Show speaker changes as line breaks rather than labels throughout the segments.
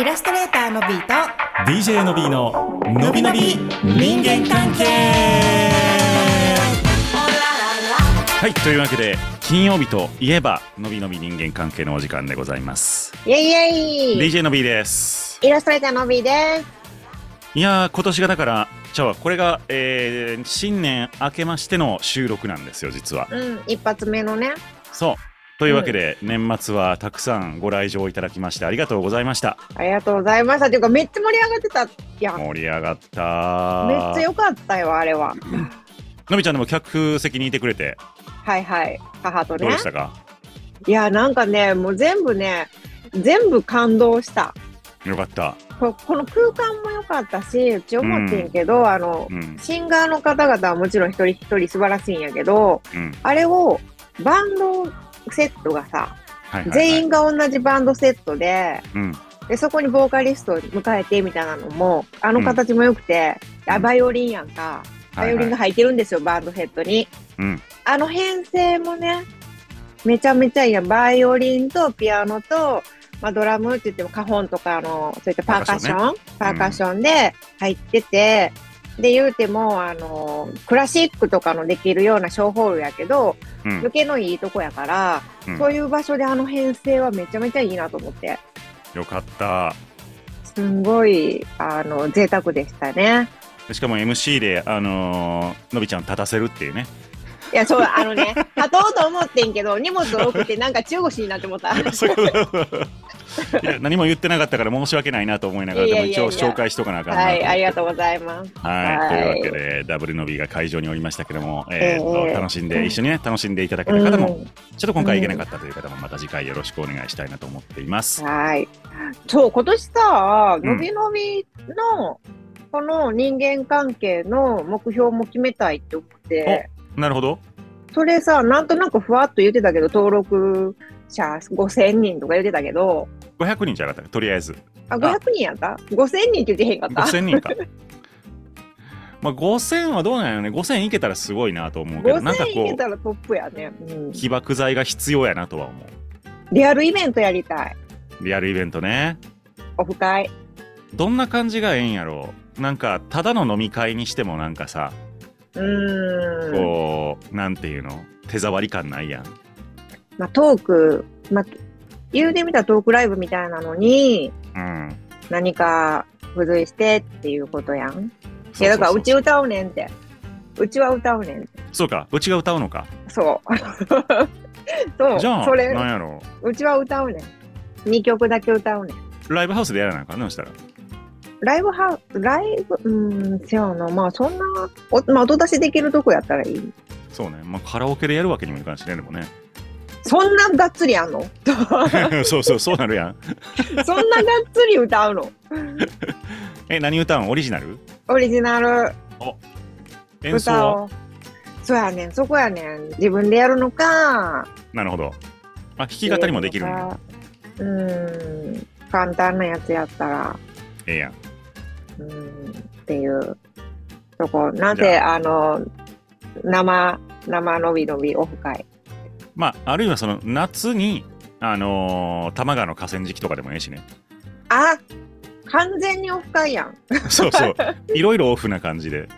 イラストレーターのビーと
DJ のびーののびのび人間関係はいというわけで金曜日といえばのびのび人間関係のお時間でございます
イェイイェイ
DJ のびーです
イラストレーターのびーです。
いやー今年がだからじゃあこれが、えー新年明けましての収録なんですよ実は
うん、一発目のね。
そうというわけで、年末はたくさんご来場いただきましてありがとうございました
ありがとうございました。ていうか、めっちゃ盛り上がってたやん。めっ
盛り上がった
ちゃ良かったよ、あれは。
のびちゃんでも客席にいてくれて
はいはい。母と
どう
ね
でし。たか、
いや、なんかね、もう全部ね、全部感動した。
よかった、
ここの空間も良かったし、うち思ってんけど、あの、
うん
シンガーの方々はもちろん一人一人素晴らしいんやけど、
うん
あれをバンドセットがさ、
はいはいはい
全員が同じバンドセットで、
うん
でそこにボーカリストを迎えてみたいなのもあの形も良くて、
うん
あバイオリンやんかバイオリンが
は
入
い
ってるんですよ、バンドヘッドに
はいうん
あの編成もねめちゃめちゃいいやんバイオリンとピアノと、まあ、ドラムって言ってもカホンとかあのそういったパーカッションパ
ー
ー
カ
カ
ッ
ッ
シ
ションで入ってて、で言うてもあのクラシックとかのできるような小ホールやけど
うん
抜けのいいとこやから、
うん
そういう場所であの編成はめちゃめちゃいいなと思って。
よかった
すんごい、あの、贅沢でしたね。
しかも MC で、あのーのびちゃん立たせるっていうね
いや、そう、あの ね、立とうと思ってんけど、荷物多くて、なんか中腰になって思った。
そう いうこといや何も言ってなかったから申し訳ないなと思いながら
いやいや
で
いや
も一
いや
応紹介しとかなあかんな
はい、ありが
う
とうございます。
はい、というわ
はい
けでダブルのびが会場におりましたけども、えーっと
ええ
楽しんで一緒にね楽しんでいただけ
う
る方
ん
も、ちょっと今回行けなかったという方もまた次回よろしくお願いしたいなと思っています、
はい。そう、今年さ、
うん
のびのびの、この人間関係の目標も決めたいって思って、
なるほど
それさ、なんとなくふわっと言ってたけど、登録者5000人とか言ってたけど、
500人じゃなかったとりあえず
あ、500人やった ?5000 人って言ってへんかった
5000人かまあ5000はどうなんやろね5000いけたらすごいなと思うけどなんか
5000い
こ
け
う
たらトップやね。うん
起爆剤が必要やなとは思
リアルイベントやりたい。
うリアルイベントね
オフ会。
どんな感じがええんやろうなんかただの飲み会にしてもなんかさ
うーん。
こうなんていうの手触り感ないやん
まあ、トーク、まあ、言うてみたらトークライブみたいなのに、
うん
何か付随してっていうことやん。い
そうそうそう
や、だからうち歌うねんって。うちは歌うねんって。
そうかうちが歌うのか
そう。 そう。
じゃあ
それ、
なんやろ
うちは歌うねん。2曲だけ歌うねん。
ライブハウスでやらなあかんねんそしたら
ライブハウス、ライブ、うーん、せやな。まあ、そんな、おまあ、音出しできるとこやったらいい。
そうね、まあ、カラオケでやるわけにもいかんしねでもね
そんながっつりあんの
そうそうそうなるやん
そんながっつり歌うの
え何歌うんオリジナル
オリジナル。
演奏
歌
は
をそうやねんそこやねん自分でやるのか
なるほどあ弾き語りもできるんや
うーん簡単なやつやったら
ええやん
うーんっていうとこなぜあの生生のびのびオフ会
まあ、あるいはその夏に、あのー多摩川の河川敷とかでもええ しね。
あ完全にオフ会やん
そうそう。いろいろオフな感じで。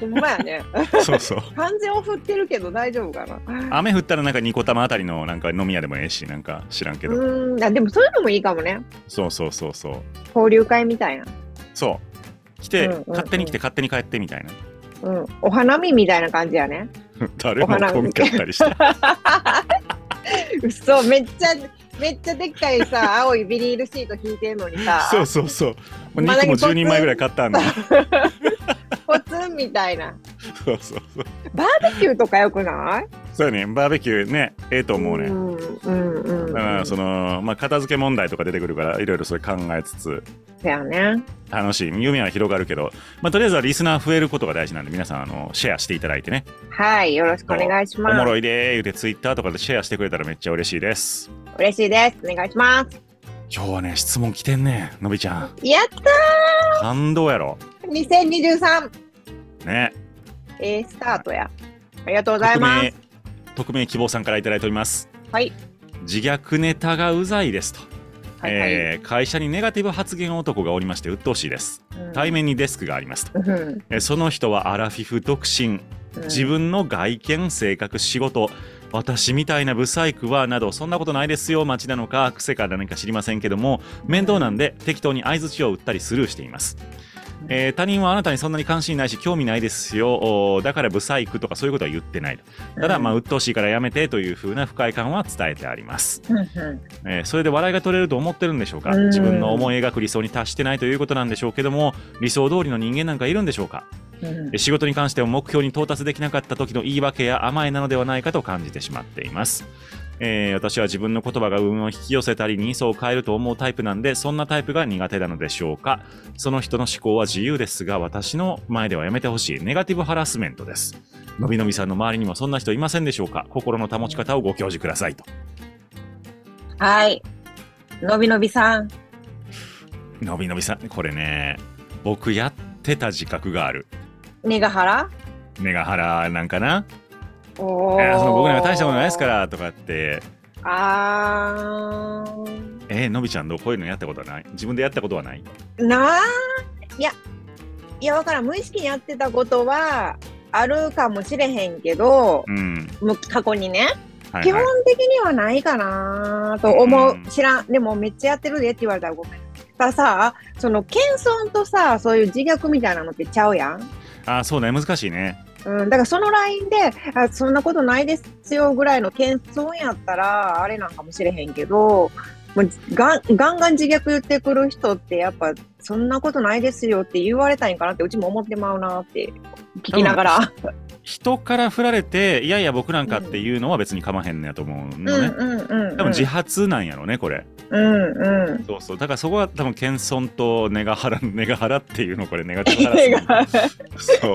ほんまや ね
そうそう。
完全オフってるけど大丈夫かな
雨降ったらなんかニコ玉あたりのなんか飲み屋でもええし、なんか知らんけ
う
ど。
ーんあでもそういうのもいいかもね
そうそうそうそう。
交流会みたいな、
そう。来て、
うんうんうん
勝手に来て勝手に帰ってみ たいな。
うん、お花見みたいな感じやね
誰も
お花見
来んかったりして。
嘘めっちゃめっちゃでっかい さ青いビニールシート引いてんのにさ
そうそうそう。もう
まだ
肉も
ニコ
10人前ぐらい 買ったんだ。
ポツンみたいな
そうそうそう。
バーベキューとかよくない
そうやね。バーベキューね、ええと思うね。
んうんうん、うん、
だからその、まあ、片付け問題とか出てくるから、いろいろそれ考えつつ。
そやね
楽しい夢は広がるけど、まあ、とりあえずはリスナー増えることが大事なんで皆さんあのシェアしていただいてね、
はいよろしくお願いし
おも
ます
ろいでー言うてツイッターとかでシェアしてくれたらめっちゃ嬉しいです
嬉しいですお願いします
今日はね質問来てんねのびちゃん
やった
感動やろ
ー2023、
ね
えー、スタートやありがとうございます
匿名希望さんからいただいております
はい
自虐ネタがうざいですと
はいはい
えー会社にネガティブ発言男がおりまして鬱陶しいです
うん
対面にデスクがありますと、
うんうん
えーその人はアラフィフ独身自分の外見性格仕事私みたいなブサイクはなどそんなことないですよ町なのか癖か何か知りませんけども面倒なんで適当に相槌を打ったりスルーしています、えー他人はあなたにそんなに関心ないし興味ないですよおーだからブサイクとかそういうことは言ってないただまあ鬱陶しいからやめてというふうな不快感は伝えてあります、
うんうん
えーそれで笑いが取れると思ってるんでしょうか
うん
自分の思い描く理想に達してないということなんでしょうけども理想通りの人間なんかいるんでしょうか
うん
仕事に関しても目標に到達できなかった時の言い訳や甘えなのではないかと感じてしまっています、えー私は自分の言葉が運を引き寄せたり人相を変えると思うタイプなんでそんなタイプが苦手なのでしょうかその人の思考は自由ですが私の前ではやめてほしいネガティブハラスメントですのびのびさんの周りにもそんな人いませんでしょうか心の保ち方をご教示くださいと
はい。のびのびさん。
のびのびさんこれね僕やってた自覚がある
ネガハラ
メガハラなんかな、
お。
えーその僕なんか大したことないですかららとかって
あー。
えー、のびちゃんどうこういうのやったことはない自分でやったことはない
なあいや、いや、わからん。無意識にやってたことは、あるかもしれへんけど、
うん。
もう過去にね、
はい
基本
はい、
的にはないかなと思う、
うん
知らんでもめっちゃやってるでって言われたらごめんたださその謙遜とさそういう自虐みたいなのってちゃうやん、
あーそうね難しいね。
うん、だからそのラインであそんなことないですよぐらいの謙遜やったらあれなんかもしれへんけどもうガンガンガン自虐言ってくる人ってやっぱそんなことないですよって言われたいんかなってうちも思ってまうなって聞きながら、
人から振られていやいや僕なんかっていうのは別にかまへんねやと思
う
う
ん、う
の
ん
ね。
うんうんうん
多分自発なんやろねこれ。
うんうん
そうそうだからそこは多分謙遜とネガハラネガハラっていうのこれネガティブハ ラス
ネガ
メント
ハラ
そ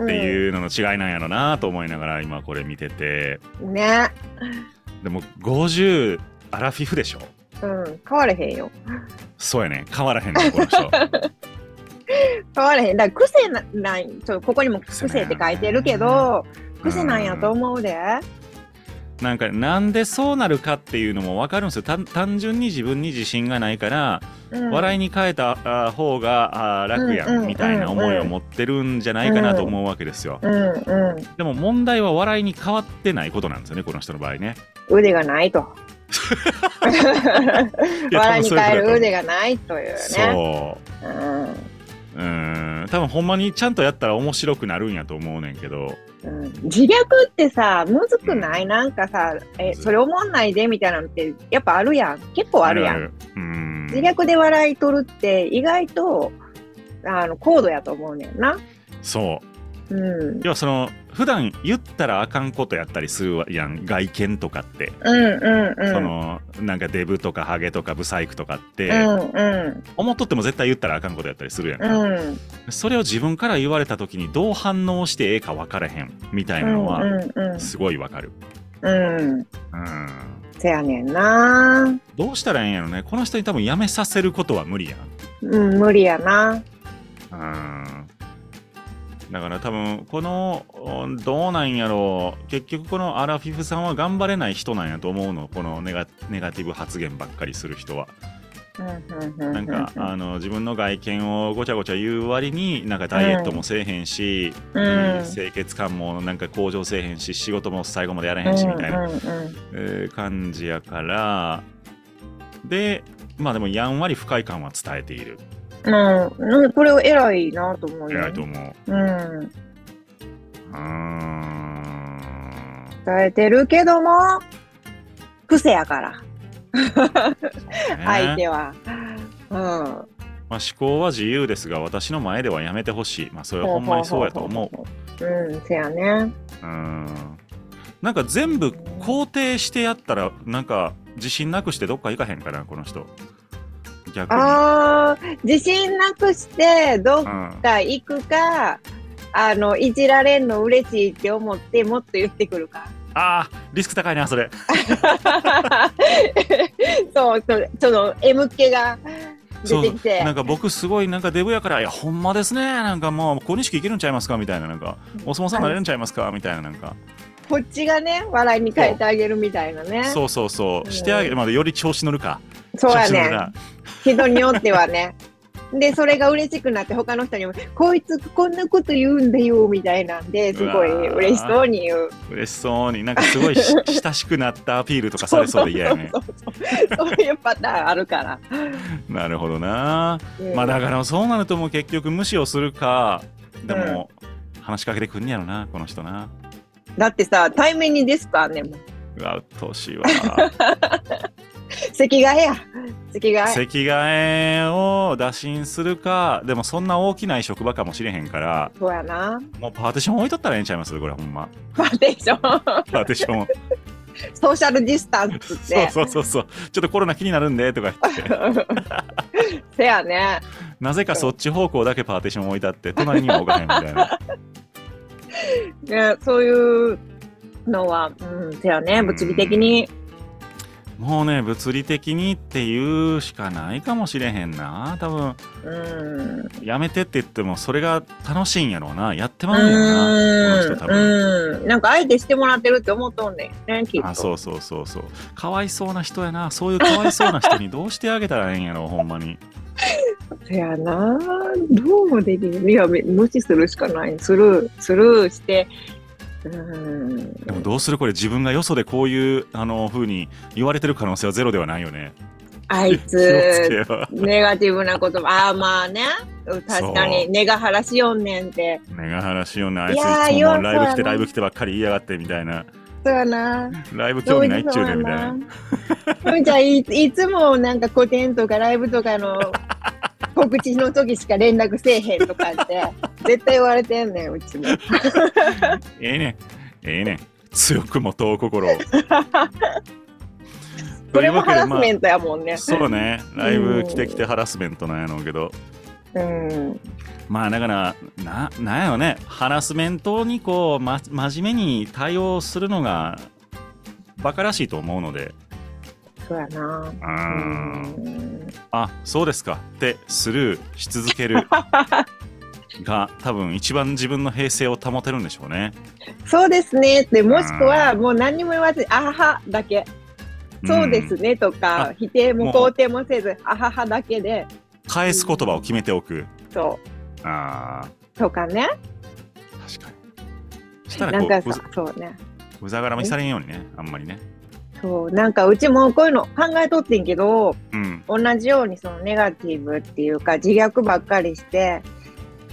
う
う
っ
ん
ていうのの違いなんやろなと思いながら今これ見てて
ね
でも50アラフィフでしょ
うん変われへんよ
そうやね変わらへんねこの人
変わらへん。だから癖なない、ちょここにも癖って書いてるけど、
癖
癖
な
なんん
やね
やと思うで。
なんかなんでそうなるかっていうのも分かるんですよた単純に自分に自信がないから笑い
い
に変えたあ方があ楽や
うんうんうん
ん
うん
みたいな思いを持ってるんじゃないかなと思うわけですよ、
うんう
でも問題は笑いに変わってないことなんですよねこの人の場合ね
ん。腕がないと。笑いに変える
や多分そういうことだと思う
腕がないというね。
そう
うん
うーん多分ほんまにちゃんとやったら面白くなるんやと思うねんけど
うん自虐ってさ、むずくないなんかさ、え、それ思んないでみたいなのって、やっぱあるやん。結構あるやん。
るうーん
自虐で笑い取るって、意外と、あの、高度やと思うねんな。
そう
うん。
要はその普段言ったらあかんことやったりするやん外見とかって、
うんうんうん。
そのなんかデブとかハゲとかブサイクとかって、
うん
思っとっても絶対言ったらあかんことやったりするやんか、
うん。うん。
それを自分から言われた時にどう反応してええか分からへんみたいなの
う
は
んうん
すごい分かる、
うんうん
うん、
せやねんな
どうしたらええんやろねこの人に多分やめさせることは無理やん、
うん無理やな
うん、だから多分このうんどうなんやろう結局このアラフィフさんは頑張れない人なんやと思うのこのネガネガティブ発言ばっかりする人はな
なん
かあの自分の外見をごちゃごちゃ言う割になんかダイエットもせえへんし、
うん
清潔感もなんか向上せえへんし仕事も最後までやらへんしみたいな、
うんうん
えー感じやからでまあでもやんわり不快感は伝えている
うんうんこれを偉いなと思うよ
偉いと
う
思
ん
ううーん
伝えてるけども癖やから相
ね
手はうん
まあ、思考は自由ですが私の前ではやめてほしいまあそれはほんまにそうやと思う
ううんせやね
うーんなんか全部肯定してやったらなんか自信なくしてどっか行かへんかなこの人逆に
あー自信なくしてどっ
うん
か行くかあのいじられんの嬉しいって思ってもっと言ってくる か
あーリスク高いなそれ
そうそうその M 系が出てきて
なんか僕すごいなんかデブやから「いやほんまですね」なんかもう小錦いけるんちゃいますかみたいななんか「お相撲さんなれるんちゃいますか」みたいななんか
こっちがね笑いに変えてあげるみたいなね
そうそうそうしてあげるまでより調子乗るか
そうや
社長
ね
が
人によってはね。で、それが嬉しくなって、他の人にも、こいつこんなこと言うんだよ、みたいなんで、すごい嬉しそうに言う。
嬉しそうになんかすご いし親しくなったアピールとかされそうで嫌やね
そうそうそうそういうパターンあるから。
なるほどな
うん
まあだからそうなるともう結局無視をするかでも、話しかけてくんねやろなこの人な
だってさ、対面にですからね、もう
うわ鬱陶しい わ
席替えや。席替え。
席替えを打診するかでもそんな大きない職場かもしれへんから
そうやな。
もうパーティション置いとったらええんちゃいますこれほんま
パーテーション。
パーティション を
ソーシャルディスタンス って。
そうそうそうそうちょっとコロナ気になるんで とか言って
せやね。
なぜかそっち方向だけパーティション置いてあって隣には置かへんみたいな
ねそういうのは、うん、せやね。物理的に。
もうね物理的にっていうしかないかもしれへんな多分
うん。
やめてって言ってもそれが楽しいんやろうなやって
う
まうんやろなこの人多分
ーんうんなんか相手してもらってるって思っとんねんねきっと
あそうそうそうそうかわいそうな人やなそういうかわいそうな人にどうしてあげたらええんやろほんまに
せやなどうもできるいやめ無視するしかないスルースルーしてうーん
でもどうするこれ自分がよそでこういうあの風に言われてる可能性はゼロではないよね
あい
気をつけ
つ
よ
ネガティブな言葉ああまあねうん確か
そ
に根が晴らしよんねんって
目が離しようねあいつ
いやー
いつももうライブ来
弱そう
て
やな
ライブ来てばっかり言いやがってみたいな
そうやな
ライブ興味ないっちゅ
そ
うねみ
う
たい
や
な
なじゃあいいつもなんか個展とかライブとかの告知の時しか連絡せえへんとかって 絶対言われてんねんうちも。
ええねんええねん強くも遠う心を
それもハラスメ
ン
ントやもんね。
そうねライブ来て来てハラスメントなんやろうけど
うん。
まあだからななんやろねハラスメントにこう、ま、真面目に対応するのがバカらしいと思うので
そうやな。
うー
うんん。
あそうですかってスルーし続 けるが多分一番自分の平静を保てるんでしょうね
そうですねって、もしくはもう何にも言わず、あははだけ。そうです
ん
ねと
あ
か、否定も
もう
肯定もせず、あははだけで、
返す言葉を決めておく
そ
あ
う。とかね。
ー確かにした
な
ら
ん
こう
か
うざ
さ、そうね。
うざがらみされんようにねあんまりね
そう。なんかうちもこういうの考えとってんけど、
うん
同じようにそのネガティブっていうか、自虐ばっかりして、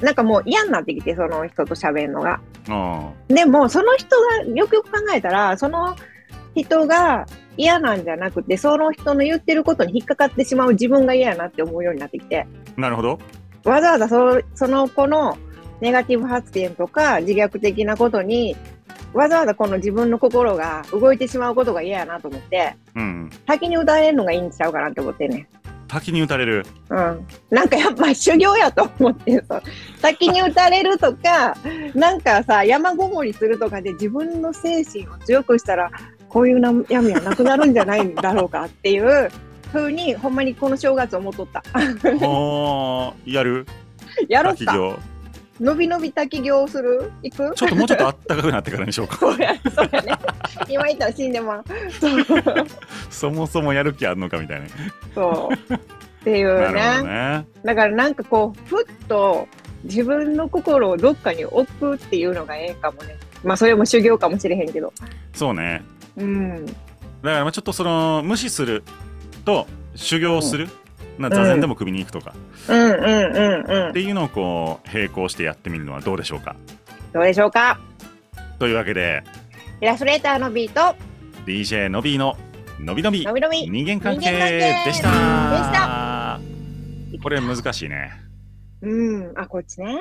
なんかもう嫌になってきて、その人と喋るのが。
あ
でもその人がよくよく考えたらその人が嫌なんじゃなくてその人の言ってることに引っかかってしまう自分が嫌やなって思うようになってきて
ーなるほど
わざわざそその子のネガティブ発言とか自虐的なことにわざわざこの自分の心が動いてしまうことが嫌やなと思って
うん
先に打たれるのがいいんちゃうかなって思ってね。
滝に打た れる
うん、なんかやっぱ修行やと思ってさ先に打たれるとかなんかさ山ごもりするとかで自分の精神を強くしたらこういう悩みはなくなるんじゃないんだろうかっていう風にほんまにこの正月思っとった
ほーやる
やろっ
滝
か
行
伸び伸びた起業する行く
ちょっともうちょっとあったかくなってからにしよう か。
そうやそうやね今言ったら死んでまうそう
そもそもやる気あんのかみたいな。
そうっていう
なる
ね
ほどね。
だからなんかこうふっと自分の心をどっかに置くっていうのがええかもねまあそれも修行かもしれへんけど
そうね。
うん
だからまあちょっとその無視すると修行をする。な座禅でも首に行くとか、
うんうんうんうん
っていうのをこう並行してやってみるのはどうでしょうか
どうでしょうか
というわけで
イラストレーターのビート
DJ のびーののびのび
のびのび
人間関係
人間関係
でした
でし
これ難しいね
うんあこっちね